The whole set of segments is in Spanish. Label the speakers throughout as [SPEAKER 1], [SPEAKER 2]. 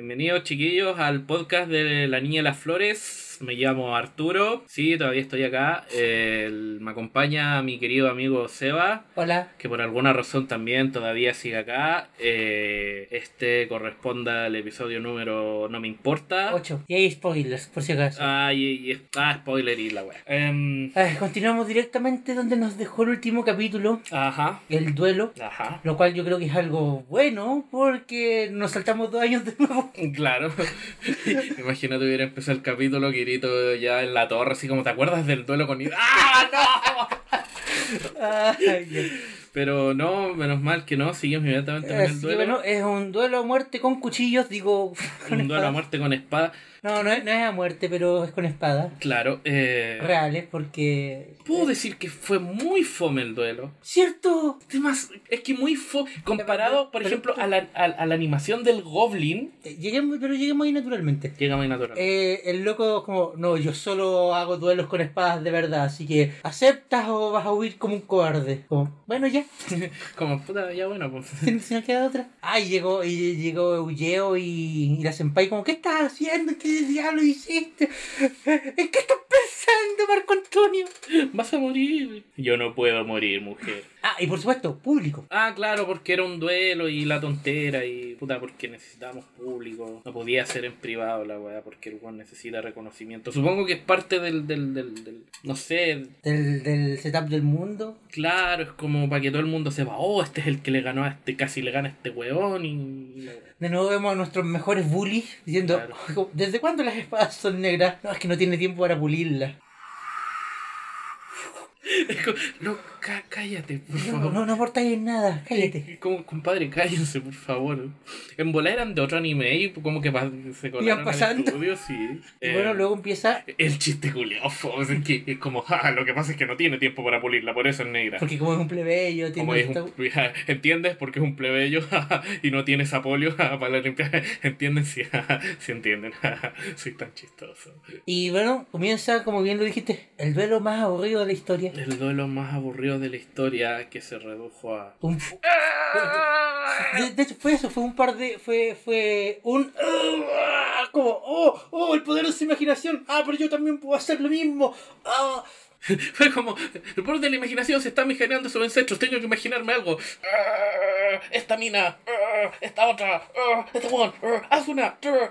[SPEAKER 1] Bienvenidos chiquillos al podcast de La Niña de las Flores. Me llamo Arturo. Sí, todavía estoy acá. El- me acompaña mi querido amigo Seba,
[SPEAKER 2] Hola.
[SPEAKER 1] que por alguna razón también todavía sigue acá. Eh, este corresponde al episodio número No me importa.
[SPEAKER 2] 8. Y hay spoilers, por si acaso.
[SPEAKER 1] Ah, y, y- ah, spoiler y la wea. Em,
[SPEAKER 2] Ah, continuamos directamente donde nos dejó el último capítulo,
[SPEAKER 1] ajá,
[SPEAKER 2] el duelo.
[SPEAKER 1] ajá.
[SPEAKER 2] Lo cual yo creo que es algo bueno porque nos saltamos dos años de nuevo.
[SPEAKER 1] Claro. Imagínate hubiera empezado el capítulo Kirito ya en la torre, así como te acuerdas del duelo con Ida. ¡Ah, no!
[SPEAKER 2] Ay, ya.
[SPEAKER 1] Pero no, menos mal que no, seguimos inmediatamente con
[SPEAKER 2] Así
[SPEAKER 1] el
[SPEAKER 2] que
[SPEAKER 1] duelo.
[SPEAKER 2] bueno, es un duelo a muerte con cuchillos, digo. con
[SPEAKER 1] un duelo a
[SPEAKER 2] espadas.
[SPEAKER 1] muerte con espada,
[SPEAKER 2] No, no es, no es a muerte, pero es con espadas
[SPEAKER 1] claro. Eh,
[SPEAKER 2] reales porque.
[SPEAKER 1] puedo decir que fue muy fome el duelo.
[SPEAKER 2] ¡Cierto!
[SPEAKER 1] Temas- es que muy fome. Comparado, por
[SPEAKER 2] Pero-
[SPEAKER 1] ejemplo, a la, a- a la animación del Goblin,
[SPEAKER 2] Eh, Lleguemos, pero lleguemos ahí naturalmente.
[SPEAKER 1] llega muy natural.
[SPEAKER 2] Eh, el loco como, no, yo solo hago duelos con espadas de verdad, así que aceptas o vas a huir como un cobarde. Como, bueno, ya,
[SPEAKER 1] Como puta, ya bueno, pues.
[SPEAKER 2] si no- si no queda otra. Ay, llegó, y llegó Eugeo y, y la senpai como, ¿qué estás haciendo? ¿Qué diablo hiciste? ¿En qué estás pensando, Marco Antonio?
[SPEAKER 1] Vas a morir. Yo no puedo morir, mujer.
[SPEAKER 2] Ah, y por supuesto, público.
[SPEAKER 1] Ah, claro, porque era un duelo y la tontera y puta, porque necesitábamos público. No podía ser en privado la weá, porque el weón necesita reconocimiento. Supongo que es parte del, del, del, del- no sé,
[SPEAKER 2] Del, del setup del mundo.
[SPEAKER 1] claro, es como para que todo el mundo sepa, oh, este es el que le ganó a este, casi le gana a este weón y...
[SPEAKER 2] De nuevo vemos a nuestros mejores bullies diciendo, ¿desde cuándo las espadas son negras? No, es que no tiene tiempo para pulirlas.
[SPEAKER 1] Es como, no, cá- cállate, por
[SPEAKER 2] No,
[SPEAKER 1] favor.
[SPEAKER 2] no, no aportáis en nada, cállate.
[SPEAKER 1] Como, compadre, cállense, por favor. En bola eran de otro anime y como que pas- se colaron al
[SPEAKER 2] pasando.
[SPEAKER 1] estudio, sí.
[SPEAKER 2] Y bueno,
[SPEAKER 1] Eh,
[SPEAKER 2] luego empieza,
[SPEAKER 1] El chiste culiao, fo, es que es como, "Ja, lo que pasa es que no tiene tiempo para pulirla, por eso es negra.
[SPEAKER 2] porque como es un plebeyo, tiene
[SPEAKER 1] Como es
[SPEAKER 2] esta-
[SPEAKER 1] un- ja, ¿Entiendes? Porque es un plebeyo ja, ja, y no tiene sapolio ja, para la limpiar. ¿Entienden? Sí, ja, ja, sí entienden. ja, ja, Soy tan chistoso.
[SPEAKER 2] Y bueno, comienza, como bien lo dijiste, el duelo más aburrido de la historia.
[SPEAKER 1] El duelo más aburrido de la historia que se redujo a...
[SPEAKER 2] Un- de, de hecho, fue eso, fue un par de. Fue, fue un. Como, oh, oh, el poder de su imaginación. Ah, pero yo también puedo hacer lo mismo. Ah.
[SPEAKER 1] Fue como, el poder de la imaginación se está generando sus ancestros, tengo que imaginarme algo. Ah, Esta mina, ah, esta otra, este one, haz una. ah.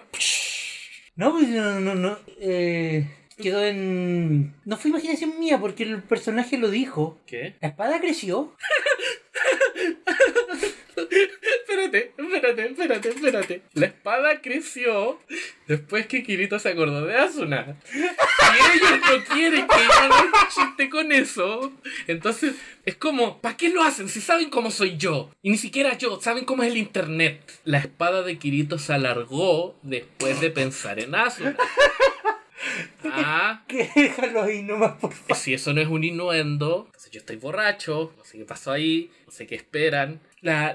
[SPEAKER 2] No, pues, no, no, no. eh, quedó en. No fue imaginación mía, porque el personaje lo dijo.
[SPEAKER 1] ¿Qué?
[SPEAKER 2] La espada creció.
[SPEAKER 1] Espérate, espérate, espérate, espérate. La espada creció después que Kirito se acordó de Asuna. Y ellos no quieren que yo haga un chiste con eso. Entonces, es como, ¿para qué lo hacen? Si saben cómo soy yo. Y ni siquiera yo, saben cómo es el internet. La espada de Kirito se alargó después de pensar en Asuna. Ah,
[SPEAKER 2] Que déjalo ahí nomás, por favor.
[SPEAKER 1] si eso no es un innuendo, entonces yo estoy borracho, no sé qué pasó ahí, no sé qué esperan. La...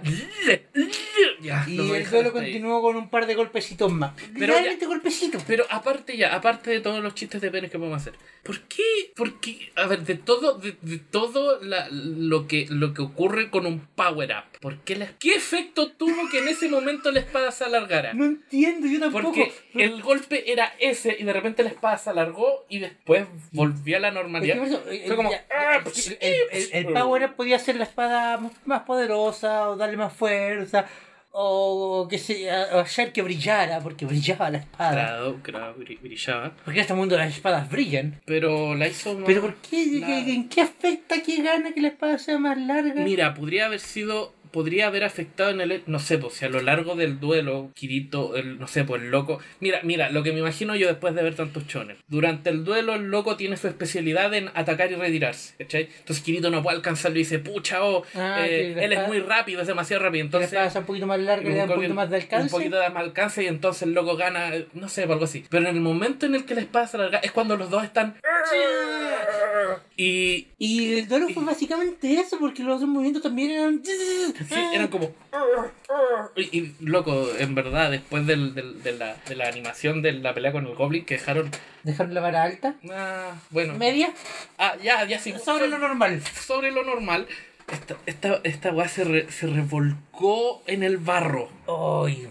[SPEAKER 1] Ya,
[SPEAKER 2] Y
[SPEAKER 1] lo voy a
[SPEAKER 2] el
[SPEAKER 1] dejar
[SPEAKER 2] duelo
[SPEAKER 1] hasta ahí.
[SPEAKER 2] continuó con un par de golpecitos más.
[SPEAKER 1] Pero ya-
[SPEAKER 2] Realmente golpecitos.
[SPEAKER 1] Pero aparte ya, aparte de todos los chistes de penes que podemos hacer, ¿por qué? ¿Por qué? A ver, de todo, de, de todo la- lo, que, lo que ocurre con un power up, ¿por qué, la, ¿qué efecto tuvo que en ese momento la espada se alargara?
[SPEAKER 2] No entiendo, yo tampoco.
[SPEAKER 1] Porque el golpe era ese y de repente la espada se alargó y después volvió a la
[SPEAKER 2] Es que
[SPEAKER 1] normalidad.
[SPEAKER 2] por eso, eh,
[SPEAKER 1] Fue como- "Ah, pues
[SPEAKER 2] ya, el, el- el power up podía ser la espada m- más poderosa o darle más fuerza o que se a- o hacer que brillara porque brillaba la espada.
[SPEAKER 1] Claro, claro, bri- brillaba.
[SPEAKER 2] Porque en este mundo las espadas brillan.
[SPEAKER 1] Pero la hizo... más-
[SPEAKER 2] Pero ¿por qué?
[SPEAKER 1] Nada.
[SPEAKER 2] ¿Qué- ¿En qué afecta que gana que la espada sea más larga?
[SPEAKER 1] Mira, podría haber sido. Podría haber afectado en el. No sé, pues si a lo largo del duelo, Kirito, el- no sé, pues el loco. Mira, mira, lo que me imagino yo después de ver tantos chones. Durante el duelo, el loco tiene su especialidad en atacar y retirarse, ¿cachai? Entonces Kirito no puede alcanzarlo y dice, pucha, oh,
[SPEAKER 2] Ah,
[SPEAKER 1] eh,
[SPEAKER 2] que la
[SPEAKER 1] él es
[SPEAKER 2] espada-
[SPEAKER 1] muy rápido, es demasiado rápido.
[SPEAKER 2] que la
[SPEAKER 1] Entonces.
[SPEAKER 2] espada sea un poquito más larga, le da un
[SPEAKER 1] co-
[SPEAKER 2] poquito más de
[SPEAKER 1] un
[SPEAKER 2] alcance.
[SPEAKER 1] poquito de más alcance y entonces el loco gana, eh, no sé, algo así. Pero en el momento en el que la espada se larga es cuando los dos están...
[SPEAKER 2] ¡Ah!
[SPEAKER 1] Y,
[SPEAKER 2] Y el duelo fue básicamente eso, porque los otros movimientos también eran.
[SPEAKER 1] Sí, eran como. Y, y, loco, en verdad, después del, del- de, la, de la animación de la pelea con el Goblin, que dejaron.
[SPEAKER 2] Dejaron la vara alta.
[SPEAKER 1] Ah, bueno.
[SPEAKER 2] Media.
[SPEAKER 1] Ah, ya, ya sí.
[SPEAKER 2] Sobre lo normal.
[SPEAKER 1] sobre lo normal. Esta, esta, esta weá se, re- se revolcó en el barro.
[SPEAKER 2] Ay,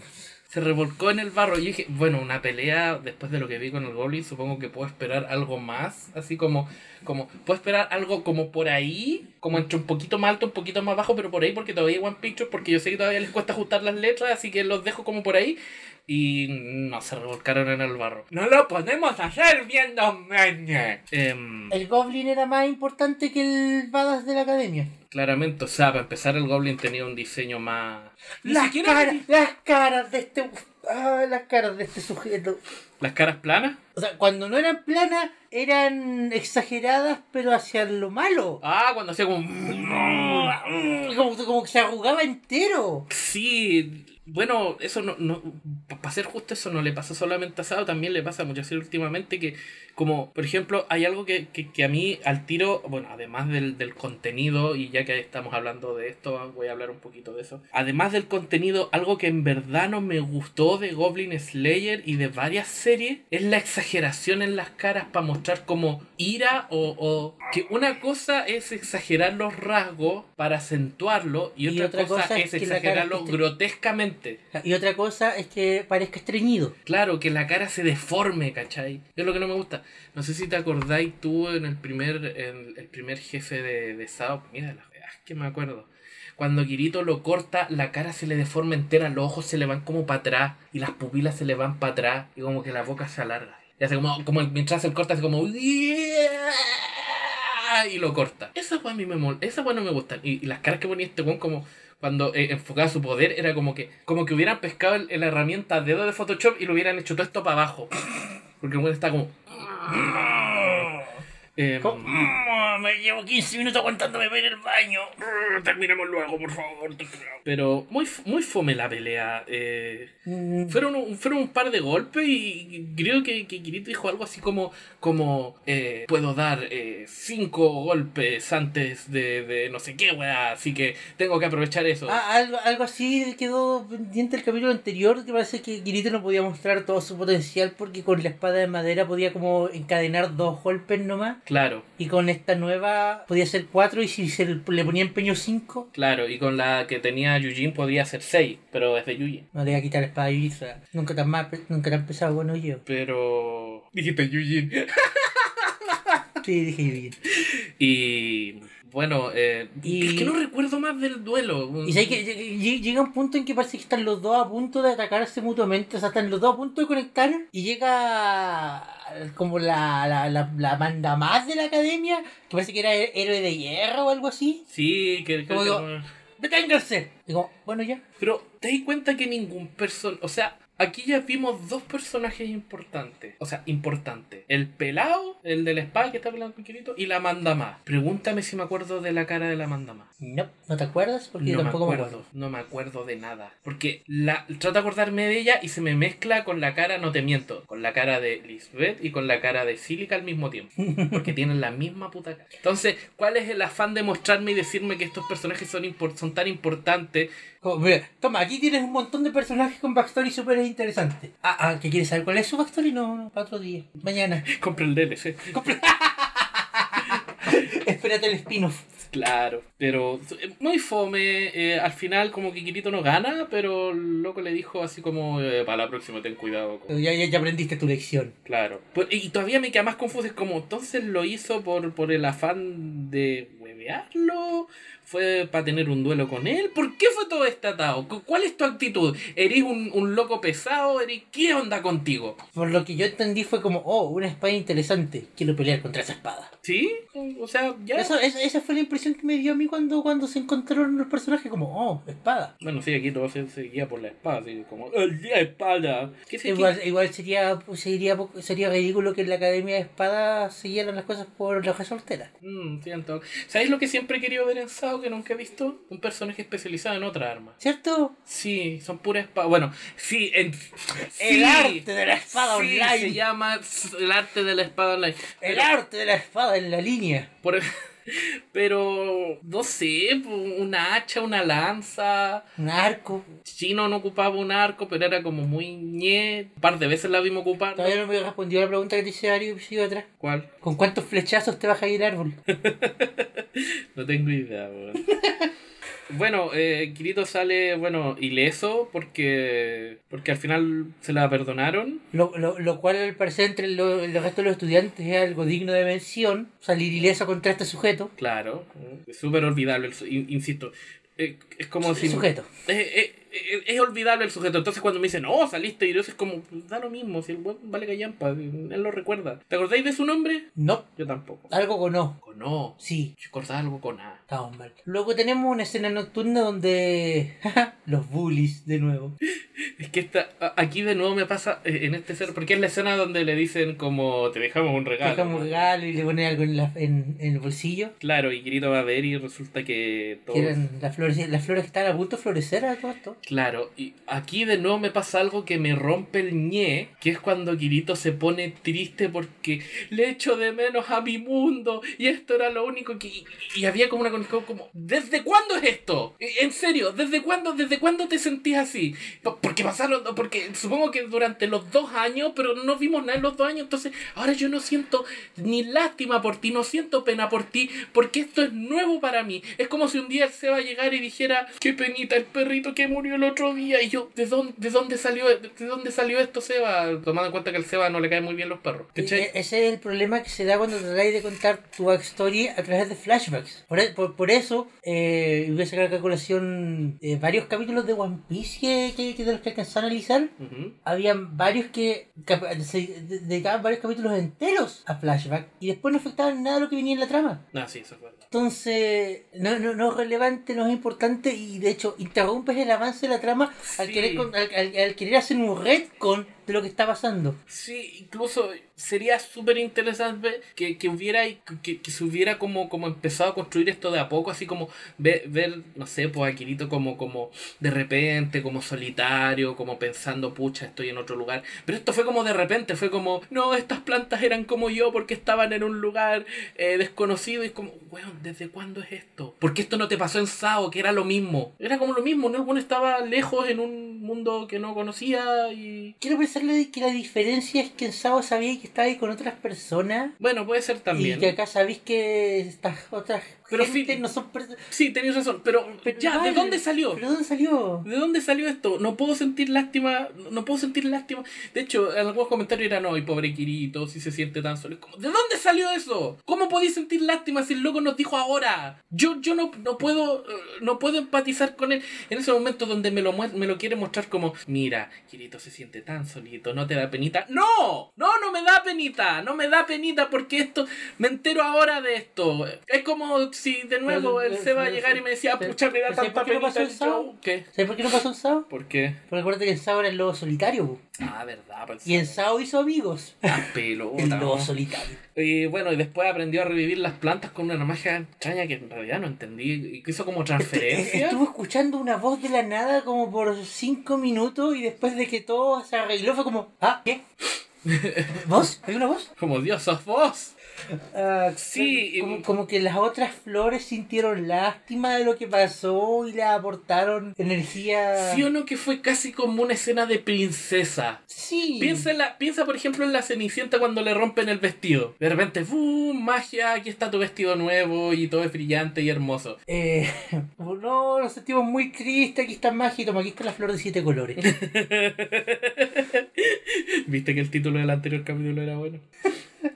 [SPEAKER 1] se revolcó en el barro. Y dije, bueno, una pelea después de lo que vi con el Goblin, supongo que puedo esperar algo más. Así como, como, puedo esperar algo como por ahí, como entre un poquito más alto, un poquito más bajo, pero por ahí, porque todavía hay One Picture, porque yo sé que todavía les cuesta ajustar las letras, así que los dejo como por ahí. Y no, se revolcaron en el barro.
[SPEAKER 3] No lo podemos hacer viendo meñe.
[SPEAKER 1] Em,
[SPEAKER 2] El Goblin era más importante que el Badass de la academia.
[SPEAKER 1] claramente, o sea, para empezar, el Goblin tenía un diseño más.
[SPEAKER 3] Ni
[SPEAKER 2] Las
[SPEAKER 3] siquiera-
[SPEAKER 2] caras, las caras de este. ah, las caras de este sujeto.
[SPEAKER 1] Las caras planas.
[SPEAKER 2] O sea, cuando no eran planas, eran exageradas, pero hacia lo malo.
[SPEAKER 1] Ah, cuando hacía
[SPEAKER 3] Ah,
[SPEAKER 1] como. Mm.
[SPEAKER 2] Como, como que se arrugaba entero.
[SPEAKER 1] Sí, bueno, eso no, no para ser justo eso no le pasa solamente a Sado, también le pasa a muchas series últimamente que como, por ejemplo, hay algo que, que, que a mí al tiro, bueno, además del, del contenido, y ya que estamos hablando de esto, voy a hablar un poquito de eso, además del contenido, algo que en verdad no me gustó de Goblin Slayer y de varias series es la exageración en las caras para mostrar como ira o, o- que una cosa es exagerar los rasgos para acentuarlo y otra, cosa, es,
[SPEAKER 2] que la cara
[SPEAKER 1] exagerarlo
[SPEAKER 2] esté-
[SPEAKER 1] grotescamente.
[SPEAKER 2] Y otra cosa es que parezca estreñido.
[SPEAKER 1] Claro, que la cara se deforme, ¿cachai? Es lo que no me gusta. No sé si te acordáis tú en el primer, en el primer jefe de, de Sao. Mira, la- ah, que me acuerdo. Cuando Kirito lo corta, la cara se le deforma entera, los ojos se le van como para atrás y las pupilas se le van para atrás y como que la boca se alarga. Y hace como, como el- mientras hace el corta, hace como... Y lo corta. Esa weá a mí me mol- esa weá no me gustan. Y, y las caras que ponía este weón como cuando eh, enfocaba su poder era como que como que hubieran pescado el- la herramienta dedo de Photoshop y lo hubieran hecho todo esto para abajo porque el weón está como em,
[SPEAKER 2] "Mm, me llevo 15 minutos aguantándome para ir al baño. Mm,
[SPEAKER 3] Terminemos luego, por favor.
[SPEAKER 1] pero muy f- muy fome la pelea eh,
[SPEAKER 2] Mm.
[SPEAKER 1] fueron un, fueron un par de golpes y creo que, que Kirito dijo algo así como como eh, puedo dar eh, cinco golpes antes de, de no sé qué weá así que tengo que aprovechar eso
[SPEAKER 2] Ah, algo, algo así quedó pendiente el capítulo anterior que parece que Kirito no podía mostrar todo su potencial porque con la espada de madera podía como encadenar dos golpes nomás
[SPEAKER 1] claro
[SPEAKER 2] y con esta nueva podía ser cuatro y si se le ponía empeño cinco
[SPEAKER 1] claro y con la que tenía Yujin podría ser seis pero es de Yujin
[SPEAKER 2] no le iba a quitar la espada a Yuji, nunca tan más nunca tan pesado bueno yo
[SPEAKER 1] Pero. Dijiste Yujin.
[SPEAKER 2] sí dije Yuji.
[SPEAKER 1] Y. Bueno, eh,
[SPEAKER 2] Y-
[SPEAKER 1] es que no recuerdo más del duelo.
[SPEAKER 2] Y sé que lle- lle- llega un punto en que parece que están los dos a punto de atacarse mutuamente, o sea, están los dos a punto de conectar y llega como la, la, la, la manda más de la academia, que parece que era he- héroe de hierro o algo así.
[SPEAKER 1] Sí, que. que-
[SPEAKER 2] Como digo-
[SPEAKER 1] que-
[SPEAKER 2] ¡Deténganse! Digo, bueno ya.
[SPEAKER 1] Pero te di cuenta que ningún personaje. O sea, aquí ya vimos dos personajes importantes. O sea, importantes. El pelado, el de la espada que está pelando con Kirito, y la manda más. Pregúntame si me acuerdo de la cara de la manda más.
[SPEAKER 2] No, ¿no te acuerdas? Porque yo tampoco me acuerdo.
[SPEAKER 1] No me acuerdo de nada. Porque la, trato de acordarme de ella y se me mezcla con la cara, no te miento, con la cara de Lisbeth y con la cara de Silica al mismo tiempo. Porque tienen la misma puta cara. Entonces, ¿cuál es el afán de mostrarme y decirme que estos personajes son, impor- son tan importantes?
[SPEAKER 2] Como, mira, toma, aquí tienes un montón de personajes con backstory súper interesante. Ah, ah, ¿que quieres saber cuál es su backstory? No, no, para otro día. Mañana.
[SPEAKER 1] Compra el DLC.
[SPEAKER 2] Espérate el spin-off.
[SPEAKER 1] Claro. Pero eh, muy fome. eh, al final, como que Kirito no gana, pero el loco le dijo así como: eh, para la próxima, ten cuidado. con-
[SPEAKER 2] Ya, ya, ya aprendiste tu lección.
[SPEAKER 1] Claro. Por- y todavía me queda más confuso. Es como, entonces lo hizo por, por el afán de huevearlo. Fue para tener un duelo con él. ¿Por qué fue todo este atado? ¿Cu- ¿Cuál es tu actitud? ¿Eres un, un loco pesado? ¿Eres qué onda contigo?
[SPEAKER 2] Por lo que yo entendí fue como, oh, una espada interesante, quiero pelear contra esa espada.
[SPEAKER 1] ¿Sí? O sea, ya.
[SPEAKER 2] Eso, es- esa fue la impresión que me dio a mí cuando, cuando se encontraron los personajes, como, oh, espada.
[SPEAKER 1] Bueno, sí, aquí todo se se guía por la espada. Así como, el día de espada. ¿Qué sé
[SPEAKER 2] Igual, igual sería, sería, poco- sería ridículo que en la Academia de Espada siguieran las cosas por la hoja soltera.
[SPEAKER 1] Mm, sí, entonces- ¿Sabéis lo que siempre he querido ver en Sao que nunca he visto? Un personaje especializado en otra arma.
[SPEAKER 2] ¿Cierto?
[SPEAKER 1] Sí, son puras espadas. Bueno, sí, en... sí.
[SPEAKER 2] El arte de la espada
[SPEAKER 1] Sí, se
[SPEAKER 2] online.
[SPEAKER 1] llama s- el arte de la espada online.
[SPEAKER 2] El
[SPEAKER 1] Pero-
[SPEAKER 2] arte de la espada en la línea.
[SPEAKER 1] por- pero no sé, po, una hacha, una lanza.
[SPEAKER 2] Un arco.
[SPEAKER 1] Chino no ocupaba un arco, pero era como muy ñe. Un par de veces la vimos ocupar.
[SPEAKER 2] Todavía no me respondió la pregunta que te hice Ario y atrás.
[SPEAKER 1] ¿Cuál?
[SPEAKER 2] ¿Con cuántos flechazos te baja ahí el árbol?
[SPEAKER 1] No tengo idea, weón. Bueno, eh, Kirito sale, bueno, ileso porque, porque al final se la perdonaron.
[SPEAKER 2] Lo, lo, lo cual al parecer entre lo- el resto de los estudiantes es algo digno de mención, salir ileso contra este sujeto.
[SPEAKER 1] Claro, es súper olvidable, el su- in- insisto. eh, es como si...
[SPEAKER 2] Sujeto.
[SPEAKER 1] es, es- es olvidable el sujeto. Entonces cuando me dicen, oh, saliste ileso, es como, da lo mismo, si el weón vale callampa, él lo recuerda. ¿Te acordáis de su nombre?
[SPEAKER 2] No,
[SPEAKER 1] Yo tampoco.
[SPEAKER 2] algo con no.
[SPEAKER 1] Con O.
[SPEAKER 2] Sí,
[SPEAKER 1] Yo acordaba algo con A.
[SPEAKER 2] estamos mal. Luego tenemos una escena nocturna donde los bullies de nuevo.
[SPEAKER 1] Es que esta, a- aquí de nuevo me pasa eh, en este ser, porque es la escena donde le dicen como, te dejamos un regalo.
[SPEAKER 2] Dejan un regalo y le ponen algo en, la- en- en el bolsillo.
[SPEAKER 1] Claro, y Kirito va a ver y resulta que todo...
[SPEAKER 2] Que eran las flores, las flores que estaban a punto de florecer a todo esto.
[SPEAKER 1] Claro, y aquí de nuevo me pasa algo que me rompe el ñe, que es cuando Kirito se pone triste porque le echo de menos a mi mundo y esto era lo único que... Y, y había como una conexión como, ¿desde cuándo es esto? E- En serio, ¿desde cuándo, desde cuándo te sentís así? Po- Porque pasaron, porque supongo que durante los dos años, pero no vimos nada en los dos años, entonces ahora yo no siento ni lástima por ti, no siento pena por ti, porque esto es nuevo para mí. Es como si un día el Seba llegara y dijera, qué penita el perrito que murió el otro día. Y yo, ¿de dónde, de dónde salió de dónde salió esto, Seba? Tomando en cuenta que al Seba no le caen muy bien los perros. ¿Cachai?
[SPEAKER 2] E- ese es el problema que se da cuando tratáis de contar tu backstory a través de flashbacks. Por, e- por- por eso, eh, voy a sacar a calculación eh, varios capítulos de One Piece que, que, que de los que alcanzó a analizar.
[SPEAKER 1] Ujú.
[SPEAKER 2] Habían varios que cap- se de- dedicaban varios capítulos enteros a flashback y después no afectaban nada lo que venía en la trama.
[SPEAKER 1] Ah, sí, eso es verdad.
[SPEAKER 2] Entonces, no, no, no es relevante, no es importante y de hecho interrumpes el avance de la trama al,
[SPEAKER 1] Sí.
[SPEAKER 2] querer, con- al, al- al querer hacer un retcon de lo que está pasando.
[SPEAKER 1] Sí, incluso sería súper interesante que, que hubiera que, que se hubiera como, como empezado a construir esto de a poco, así como ve- ver, no sé, pues a Kirito como, como de repente, como solitario, como pensando, pucha, estoy en otro lugar. Pero esto fue como de repente, fue como, no, estas plantas eran como yo porque estaban en un lugar eh, desconocido y es como, weón, ¿desde cuándo es esto? Porque esto no te pasó en Sao, que era lo mismo. Era como lo mismo, ¿no? El weón estaba lejos en un mundo que no conocía y...
[SPEAKER 2] Quiero pensarle que la diferencia es que en Sao sabía que estaba ahí con otras personas
[SPEAKER 1] Bueno, puede ser también.
[SPEAKER 2] y que acá sabéis que estas otras
[SPEAKER 1] Pero
[SPEAKER 2] gente
[SPEAKER 1] fi-
[SPEAKER 2] no son personas.
[SPEAKER 1] Sí, tenéis razón, pero,
[SPEAKER 2] Pero
[SPEAKER 1] ya, ¿de
[SPEAKER 2] igual,
[SPEAKER 1] dónde salió?
[SPEAKER 2] ¿Pero dónde salió?
[SPEAKER 1] ¿De dónde salió esto? No puedo sentir lástima, no puedo sentir lástima. De hecho, en algunos comentarios eran, no, y pobre Kirito, si se siente tan solo. Es como, ¿De dónde salió eso? ¿Cómo podéis sentir lástima si el loco nos dijo ahora? Yo, yo no, no puedo, eh, no puedo empatizar con él en ese momento donde me lo, muest- me lo quiere mostrar como, mira, Kirito se siente tan solito, no te da penita. ¡No! No, no me da penita, no me da penita porque esto, me entero ahora de esto. Es como si de nuevo
[SPEAKER 2] Pero-
[SPEAKER 1] él se va a
[SPEAKER 2] pero-
[SPEAKER 1] llegar y me decía, "Ah,
[SPEAKER 2] pero-
[SPEAKER 1] pucha, me da
[SPEAKER 2] pero ¿sabes
[SPEAKER 1] tanta
[SPEAKER 2] por qué no
[SPEAKER 1] penita.
[SPEAKER 2] pasó
[SPEAKER 1] el
[SPEAKER 2] el sábado?
[SPEAKER 1] show". ¿Qué?
[SPEAKER 2] ¿Sabes por qué no pasó en Sao?
[SPEAKER 1] ¿Por qué?
[SPEAKER 2] Porque acuérdate que en Sao era el lobo solitario. bu.
[SPEAKER 1] Ah, verdad, pues.
[SPEAKER 2] Y en Sao hizo amigos.
[SPEAKER 1] Ah, pelota,
[SPEAKER 2] El lobo
[SPEAKER 1] ¿no?
[SPEAKER 2] solitario.
[SPEAKER 1] Y bueno, y después aprendió a revivir las plantas con una magia extraña que en realidad no entendí. Y que hizo como transferencia.
[SPEAKER 2] E-, Estuvo escuchando una voz de la nada como por cinco minutos y después de que todo se arregló fue como, ah, ¿qué? ¿Vos? ¿Hay una voz?
[SPEAKER 1] Como Dios sos vos.
[SPEAKER 2] Ah,
[SPEAKER 1] Sí,
[SPEAKER 2] como,
[SPEAKER 1] y-
[SPEAKER 2] como que las otras flores sintieron lástima de lo que pasó y le aportaron energía.
[SPEAKER 1] ¿Sí o no que fue casi como una escena de princesa?
[SPEAKER 2] Sí.
[SPEAKER 1] Piensa, en la- piensa, por ejemplo, en la Cenicienta cuando le rompen el vestido. De repente, ¡boom! Magia, aquí está tu vestido nuevo y todo es brillante y hermoso.
[SPEAKER 2] Eh, como, no, nos sentimos muy tristes, aquí está magia, y toma, aquí está la flor de siete colores.
[SPEAKER 1] Viste que el título del anterior capítulo era bueno.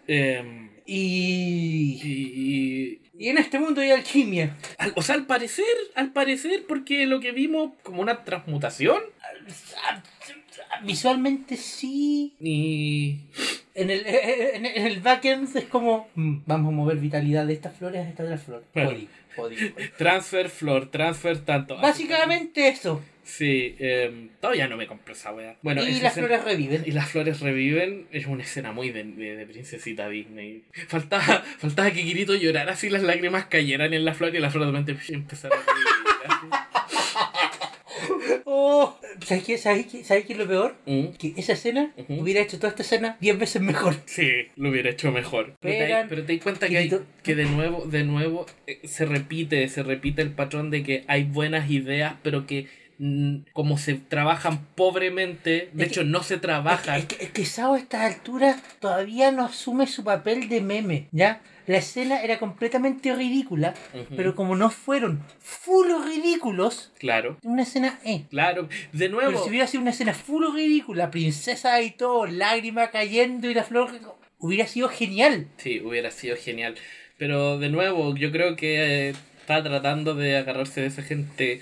[SPEAKER 1] Em,
[SPEAKER 2] y...
[SPEAKER 1] y,
[SPEAKER 2] Y en este mundo hay alquimia.
[SPEAKER 1] Al- o sea, al parecer, al parecer, porque lo que vimos como una transmutación
[SPEAKER 2] Visualmente sí,
[SPEAKER 1] y...
[SPEAKER 2] En el, en el, en el backend es como, mm, vamos a mover vitalidad de estas flores a esta otra flor.
[SPEAKER 1] Claro.
[SPEAKER 2] Jodí, jodí, jodí.
[SPEAKER 1] Transfer flor, transfer tanto.
[SPEAKER 2] Básicamente eso.
[SPEAKER 1] Sí, em, todavía no me compré esa wea. Bueno,
[SPEAKER 2] y
[SPEAKER 1] esa
[SPEAKER 2] las
[SPEAKER 1] escena-
[SPEAKER 2] flores reviven.
[SPEAKER 1] y las flores reviven es una escena muy de, de- de princesita Disney. Faltaba, faltaba que Kirito llorara así las lágrimas cayeran en la flor y la flor de repente empezara a revivir.
[SPEAKER 2] Oh, ¿Sabes qué? ¿Sabes qué? ¿Sabes qué es lo peor?
[SPEAKER 1] Mm,
[SPEAKER 2] Que esa escena
[SPEAKER 1] Ujú.
[SPEAKER 2] hubiera hecho toda esta escena 10 veces mejor.
[SPEAKER 1] Sí, lo hubiera hecho mejor. Pero te,
[SPEAKER 2] Eran-
[SPEAKER 1] das- pero te das cuenta que, hay-
[SPEAKER 2] Kirito-
[SPEAKER 1] que de nuevo, de nuevo eh, se repite, se repite el patrón de que hay buenas ideas, pero que mm, como se trabajan pobremente, de
[SPEAKER 2] Es
[SPEAKER 1] hecho no se
[SPEAKER 2] Es que-
[SPEAKER 1] trabajan.
[SPEAKER 2] Es que, es que Sao a estas alturas todavía no asume su papel de meme, ¿ya? La escena era completamente ridícula,
[SPEAKER 1] Ujú.
[SPEAKER 2] pero como no fueron full ridículos,
[SPEAKER 1] Claro,
[SPEAKER 2] una escena eh.
[SPEAKER 1] claro. De
[SPEAKER 2] Pero
[SPEAKER 1] nuevo,
[SPEAKER 2] si hubiera sido una escena full ridícula, princesa y todo, lágrima cayendo y la flor, hubiera sido genial.
[SPEAKER 1] sí, hubiera sido genial. Pero de nuevo, yo creo que eh, está tratando de agarrarse de esa gente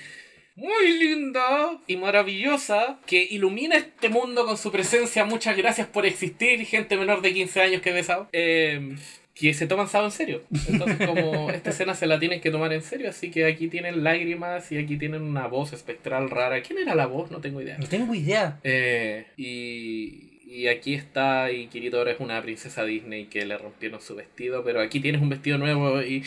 [SPEAKER 1] muy linda y maravillosa que ilumina este mundo con su presencia. Muchas gracias por existir, gente menor de 15 años que ve Sao. Eh, que se toman Sao en serio. Entonces, como esta escena se la tienen que tomar en serio, así que aquí tienen lágrimas y aquí tienen una voz espectral rara. ¿Quién era la voz? No tengo idea.
[SPEAKER 2] No tengo idea.
[SPEAKER 1] Eh, y, y aquí está, y Kirito ahora es una princesa Disney que le rompieron su vestido, pero aquí tienes un vestido nuevo y...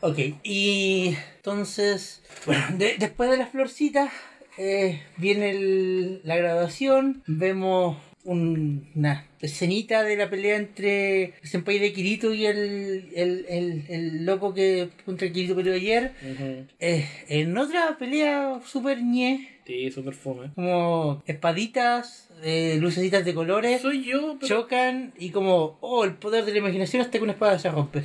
[SPEAKER 2] Ok, y entonces, bueno, de- después de las florcitas, eh, viene el- la graduación, vemos un- una escenita de la pelea entre el senpai de Kirito y el, el, el- el loco que contra el Kirito peleó ayer.
[SPEAKER 1] Ujú.
[SPEAKER 2] Eh, en otra pelea super ñe,
[SPEAKER 1] Sí, super fome.
[SPEAKER 2] como espaditas, eh, lucecitas de colores,
[SPEAKER 1] Soy yo, pero...
[SPEAKER 2] chocan y como, oh, el poder de la imaginación hasta que una espada se rompe.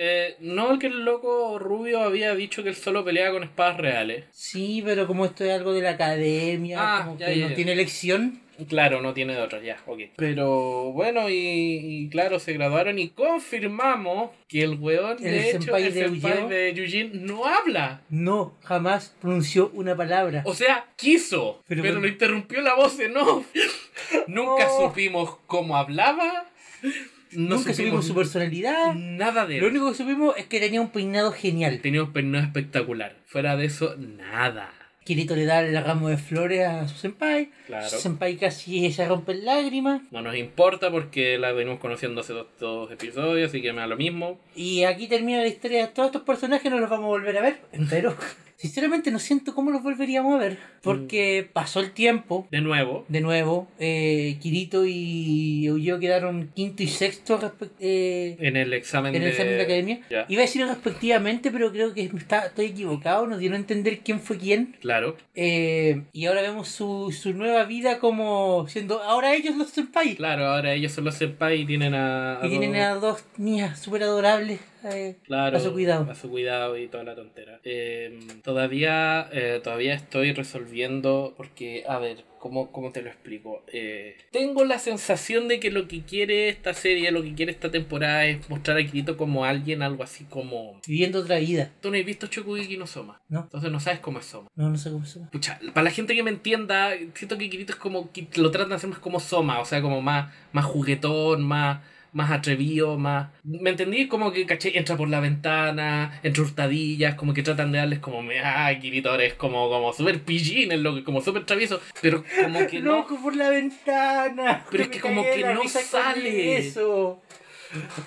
[SPEAKER 1] Eh, no, que el loco rubio había dicho que él solo peleaba con espadas reales.
[SPEAKER 2] Sí, pero como esto es algo de la academia,
[SPEAKER 1] Ah,
[SPEAKER 2] como
[SPEAKER 1] ya,
[SPEAKER 2] que
[SPEAKER 1] ya,
[SPEAKER 2] no
[SPEAKER 1] ya.
[SPEAKER 2] tiene elección.
[SPEAKER 1] Claro, no tiene de otras, ya, ok. Pero bueno, y, y claro, se graduaron y confirmamos que el weón,
[SPEAKER 2] El
[SPEAKER 1] de hecho,
[SPEAKER 2] senpai
[SPEAKER 1] el
[SPEAKER 2] de
[SPEAKER 1] senpai
[SPEAKER 2] Ugeo.
[SPEAKER 1] de Yujin no habla.
[SPEAKER 2] No, jamás pronunció una palabra.
[SPEAKER 1] O sea, quiso,
[SPEAKER 2] Pero
[SPEAKER 1] pero,
[SPEAKER 2] bueno.
[SPEAKER 1] lo interrumpió la voz en off. Nunca
[SPEAKER 2] No.
[SPEAKER 1] supimos cómo hablaba. No
[SPEAKER 2] Nunca supimos su personalidad.
[SPEAKER 1] nada de él.
[SPEAKER 2] Lo único que supimos es que tenía un peinado genial.
[SPEAKER 1] Tenía un peinado espectacular. Fuera de eso, nada.
[SPEAKER 2] Kirito le da el ramo de flores a su senpai.
[SPEAKER 1] Claro.
[SPEAKER 2] Su senpai casi se rompe en lágrimas.
[SPEAKER 1] No nos importa porque la venimos conociendo hace dos, dos episodios, así que me da lo mismo.
[SPEAKER 2] Y aquí termina la historia de todos estos personajes, no los vamos a volver a ver. Pero, sinceramente, no siento cómo los volveríamos a ver. Porque pasó el tiempo,
[SPEAKER 1] De nuevo,
[SPEAKER 2] De nuevo, eh, Kirito y Eugeo quedaron quinto y sexto respec- eh,
[SPEAKER 1] en el examen
[SPEAKER 2] en el
[SPEAKER 1] de...
[SPEAKER 2] examen de academia.
[SPEAKER 1] Ya.
[SPEAKER 2] Iba a decir respectivamente, pero creo que está- estoy equivocado, nos dieron a entender quién fue quién.
[SPEAKER 1] Claro.
[SPEAKER 2] Eh, y ahora vemos su, su nueva vida como siendo ahora ellos los senpai.
[SPEAKER 1] Claro, ahora ellos son los senpai y tienen a... a
[SPEAKER 2] Y tienen
[SPEAKER 1] dos-
[SPEAKER 2] a dos niñas súper adorables. eh,
[SPEAKER 1] Claro,
[SPEAKER 2] A su cuidado.
[SPEAKER 1] a su cuidado y toda la tontera. Eh, todavía, eh, todavía estoy resolviendo porque, a ver, ¿cómo, cómo te lo explico? Eh, tengo la sensación de que lo que quiere esta serie, lo que quiere esta temporada es mostrar a Kirito como alguien, algo así como...
[SPEAKER 2] viviendo otra vida.
[SPEAKER 1] Tú no has visto Shokugeki no Soma,
[SPEAKER 2] No,
[SPEAKER 1] entonces no sabes cómo es Soma.
[SPEAKER 2] no, no sé cómo se llama.
[SPEAKER 1] Pucha, para la gente que me entienda, siento que Kirito es como que lo tratan de hacer más como Soma, o sea, como más, más juguetón, más, más atrevido, más. ¿Me entendí? Como que caché, entra por la ventana, entra hurtadillas, como que tratan de darles como, ah, Kirito ahora es como, como súper pillín, es lo que, como súper travieso, pero como que no.
[SPEAKER 2] ¡Loco por la ventana!
[SPEAKER 1] Pero es
[SPEAKER 2] Me
[SPEAKER 1] que como
[SPEAKER 2] cagué
[SPEAKER 1] que
[SPEAKER 2] la
[SPEAKER 1] no
[SPEAKER 2] risa con
[SPEAKER 1] sale.
[SPEAKER 2] Eso.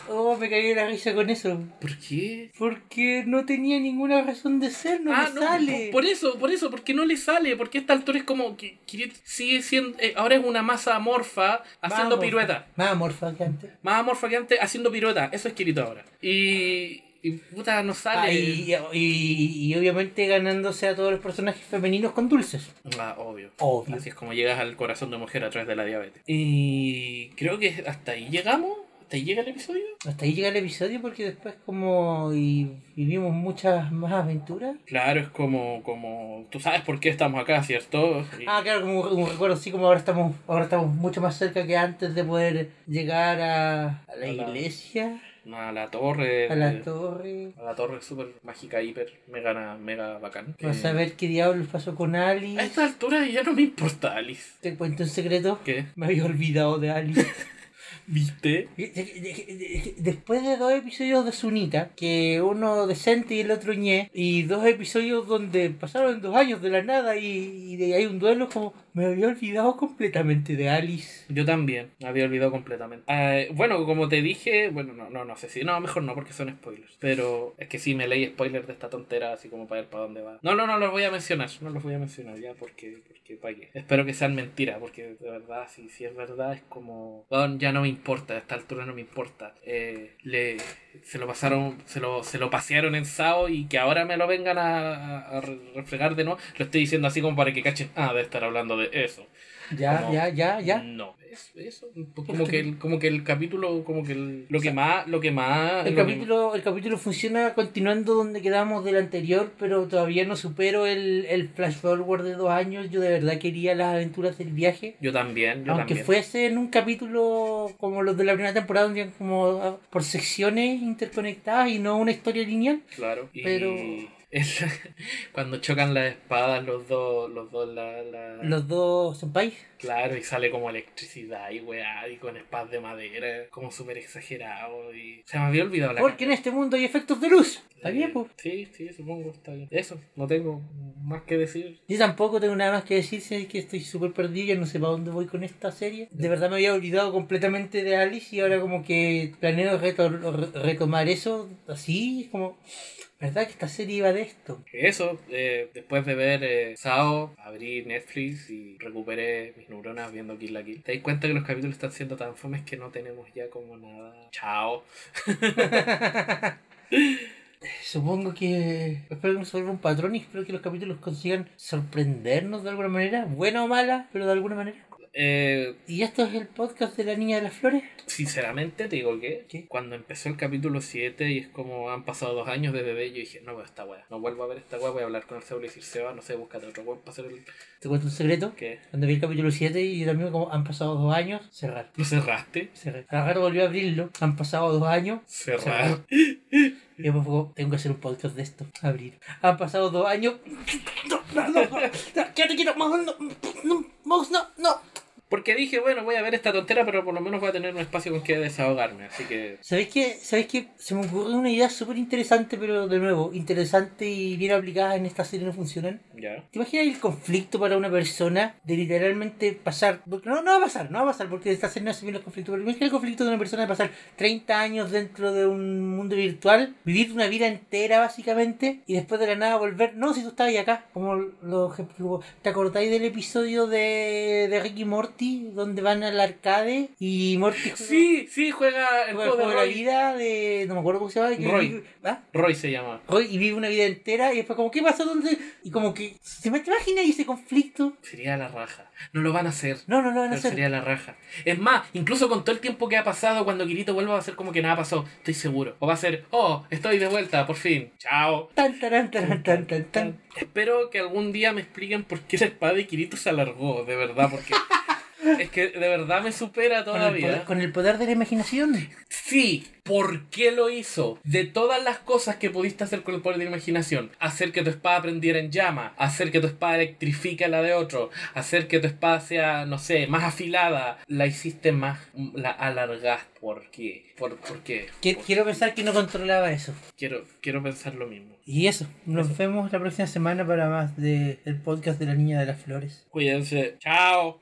[SPEAKER 2] Oh, me cagué la risa con eso.
[SPEAKER 1] ¿Por qué?
[SPEAKER 2] Porque no tenía ninguna razón de ser, no
[SPEAKER 1] ah,
[SPEAKER 2] me
[SPEAKER 1] no,
[SPEAKER 2] sale.
[SPEAKER 1] por por eso, por eso, porque no le sale, porque a esta altura es como que Kirito sigue siendo, eh, ahora es una masa amorfa haciendo
[SPEAKER 2] Más amorfa-
[SPEAKER 1] piruetas.
[SPEAKER 2] Más amorfa que antes.
[SPEAKER 1] Más amorfa que antes haciendo pirota. Eso es Kirito ahora. Y. Y puta, no sale.
[SPEAKER 2] Ah, y, y- y obviamente ganándose a todos los personajes femeninos con dulces.
[SPEAKER 1] Ah, obvio.
[SPEAKER 2] Obvio.
[SPEAKER 1] Así es como llegas al corazón de mujer a través de la diabetes. Y. Creo que hasta ahí llegamos. Hasta ahí llega el episodio.
[SPEAKER 2] Hasta ahí llega el episodio porque después como y vivimos muchas más aventuras.
[SPEAKER 1] Claro, es como. como Tú sabes por qué estamos acá, ¿cierto? Y-
[SPEAKER 2] Ah, claro, como un recuerdo, sí, como ahora estamos, ahora estamos mucho más cerca que antes de poder llegar a, a la
[SPEAKER 1] A la-
[SPEAKER 2] iglesia,
[SPEAKER 1] A la torre.
[SPEAKER 2] a la torre.
[SPEAKER 1] a la torre súper mágica, hiper, mega, na- mega bacán.
[SPEAKER 2] Para
[SPEAKER 1] Eh,
[SPEAKER 2] saber qué diablos pasó con
[SPEAKER 1] A
[SPEAKER 2] Alice.
[SPEAKER 1] esta altura ya no me importa, Alice.
[SPEAKER 2] Te cuento un secreto.
[SPEAKER 1] ¿Qué?
[SPEAKER 2] Me había olvidado de Alice.
[SPEAKER 1] ¿Viste?
[SPEAKER 2] Después de dos episodios de Sunita, que uno decente y el otro ñe, y dos episodios donde pasaron dos años de la nada y, y de ahí hay un duelo, es como, Me había olvidado completamente de Alice.
[SPEAKER 1] Yo también, me había olvidado completamente. Eh, bueno, como te dije, bueno, no, no, no sé si, no, mejor no, porque son spoilers. Pero es que sí me leí spoilers de esta tontera, así como para ver para dónde va. No, no, no los voy a mencionar, no los voy a mencionar ya, porque, porque, para qué. Espero que sean mentiras, porque de verdad, si, si es verdad, es como, "Weón, ya no me importa, a esta altura no me importa. Eh, le, se lo pasaron, se lo, se lo pasearon en Sao y que ahora me lo vengan a, a- a re- refregar de nuevo. Lo estoy diciendo así como para que cachen, ah, de estar hablando de eso.
[SPEAKER 2] Ya,
[SPEAKER 1] Como-
[SPEAKER 2] ya, ya, ya.
[SPEAKER 1] No. Es- Eso, pues como que el, como que el capítulo, como que el- lo que más, lo que más.
[SPEAKER 2] El
[SPEAKER 1] lo que-
[SPEAKER 2] capítulo, el capítulo funciona continuando donde quedamos del anterior, pero todavía no supero el, el flash forward de dos años. Yo de verdad quería las aventuras del viaje.
[SPEAKER 1] Yo también, yo
[SPEAKER 2] Aunque
[SPEAKER 1] también.
[SPEAKER 2] fuese en un capítulo como los de la primera temporada, donde eran como ah, por secciones interconectadas y no una historia lineal.
[SPEAKER 1] Claro. Y
[SPEAKER 2] pero-
[SPEAKER 1] es la- cuando chocan las espadas los dos, los dos la, la-
[SPEAKER 2] Los dos senpais.
[SPEAKER 1] Claro, y sale como electricidad y weá, y con espadas de madera, como súper exagerado y. Se me había olvidado la
[SPEAKER 2] Porque en
[SPEAKER 1] cara.
[SPEAKER 2] este mundo hay efectos de luz. Está
[SPEAKER 1] Eh,
[SPEAKER 2] bien, pues.
[SPEAKER 1] Sí, sí, supongo, está bien. Eso, no tengo más que decir.
[SPEAKER 2] Yo tampoco tengo nada más que decir, sé que estoy súper perdido, ya no sé para dónde voy con esta serie. De verdad me había olvidado completamente de Alice y ahora como que planeo reto- re- retomar eso así, es como... ¿Verdad que esta serie iba de esto?
[SPEAKER 1] Eso, eh, después de ver eh, Sao, abrí Netflix y recuperé mis neuronas viendo Kill la Kill. Te das cuenta que los capítulos están siendo tan fomes que no tenemos ya como nada. Chao.
[SPEAKER 2] Supongo que... Espero que no se vuelva un patrón y espero que los capítulos consigan sorprendernos de alguna manera, buena o mala, pero de alguna manera.
[SPEAKER 1] Eh,
[SPEAKER 2] Y esto es el podcast de la Niña de las Flores.
[SPEAKER 1] sinceramente te digo que
[SPEAKER 2] ¿Qué?
[SPEAKER 1] cuando empezó el capítulo 7 y es como han pasado dos años desde bebé, yo dije, no veo esta weá, no vuelvo a ver esta weá, voy a hablar con el Seba y decir, Seba, no sé, búscate otro weón para hacer el...
[SPEAKER 2] Te cuento un secreto.
[SPEAKER 1] ¿Qué?
[SPEAKER 2] Cuando vi el capítulo 7 y también como han pasado dos años, cerrar.
[SPEAKER 1] ¿Lo cerraste?
[SPEAKER 2] Cerrar. Ahora volvió a abrirlo. Han pasado dos años.
[SPEAKER 1] Cerrar.
[SPEAKER 2] Y después fue, tengo que hacer un podcast de esto. Abrir. Han pasado dos años. No, no, no, no. Quédate quieto, mouse, no, no, mouse, no, no.
[SPEAKER 1] Porque dije, bueno, voy a ver esta tontera, pero por lo menos voy a tener un espacio con que desahogarme, así que...
[SPEAKER 2] ¿Sabéis qué? ¿Sabéis qué? Se me ocurrió una idea súper interesante, pero de nuevo, interesante y bien aplicada en esta serie no funcionan.
[SPEAKER 1] Ya.
[SPEAKER 2] ¿Te imaginas el conflicto para una persona de literalmente pasar? Porque no, no va a pasar, no va a pasar, porque esta serie no hace bien los conflictos. Pero imagina el conflicto de una persona de pasar 30 años dentro de un mundo virtual, vivir una vida entera básicamente, y después de la nada volver. No, si tú estabas acá, como los ejemplos. ¿Te acordáis del episodio de, de Ricky Morty, donde van al arcade y Morty juega-
[SPEAKER 1] Sí, sí, juega el
[SPEAKER 2] juega
[SPEAKER 1] juego de
[SPEAKER 2] la
[SPEAKER 1] Roy.
[SPEAKER 2] vida de. No me acuerdo cómo se llama. que
[SPEAKER 1] Roy.
[SPEAKER 2] vive- ¿Ah?
[SPEAKER 1] Roy se llama.
[SPEAKER 2] Hoy- y vive una vida entera y después como ¿qué pasó? ¿Dónde? Y como que se me imagina ese conflicto.
[SPEAKER 1] Sería la raja. No lo van a hacer.
[SPEAKER 2] No, no lo van a
[SPEAKER 1] Pero
[SPEAKER 2] hacer.
[SPEAKER 1] sería la raja. Es más, incluso con todo el tiempo que ha pasado, cuando Kirito vuelva va a ser como que nada pasó. Estoy seguro. O va a ser, oh, estoy de vuelta, por fin. Chao.
[SPEAKER 2] Tan tan tan tan tan tan.
[SPEAKER 1] Espero que algún día me expliquen por qué la espada de Kirito se alargó, de verdad, porque es que de verdad me supera
[SPEAKER 2] Con el,
[SPEAKER 1] todavía.
[SPEAKER 2] poder, con el poder de la imaginación.
[SPEAKER 1] Sí, ¿por qué lo hizo? De todas las cosas que pudiste hacer con el poder de la imaginación, hacer que tu espada prendiera en llama, hacer que tu espada electrifique a la de otro, hacer que tu espada sea, no sé, más afilada, la hiciste más, la alargaste. ¿Por qué? ¿Por, por qué?
[SPEAKER 2] Que-
[SPEAKER 1] Por-
[SPEAKER 2] quiero pensar que no controlaba eso.
[SPEAKER 1] quiero, quiero pensar lo mismo.
[SPEAKER 2] Y eso, nos vemos la próxima semana para más de, del podcast de la Niña de las Flores.
[SPEAKER 1] Cuídense. Chao.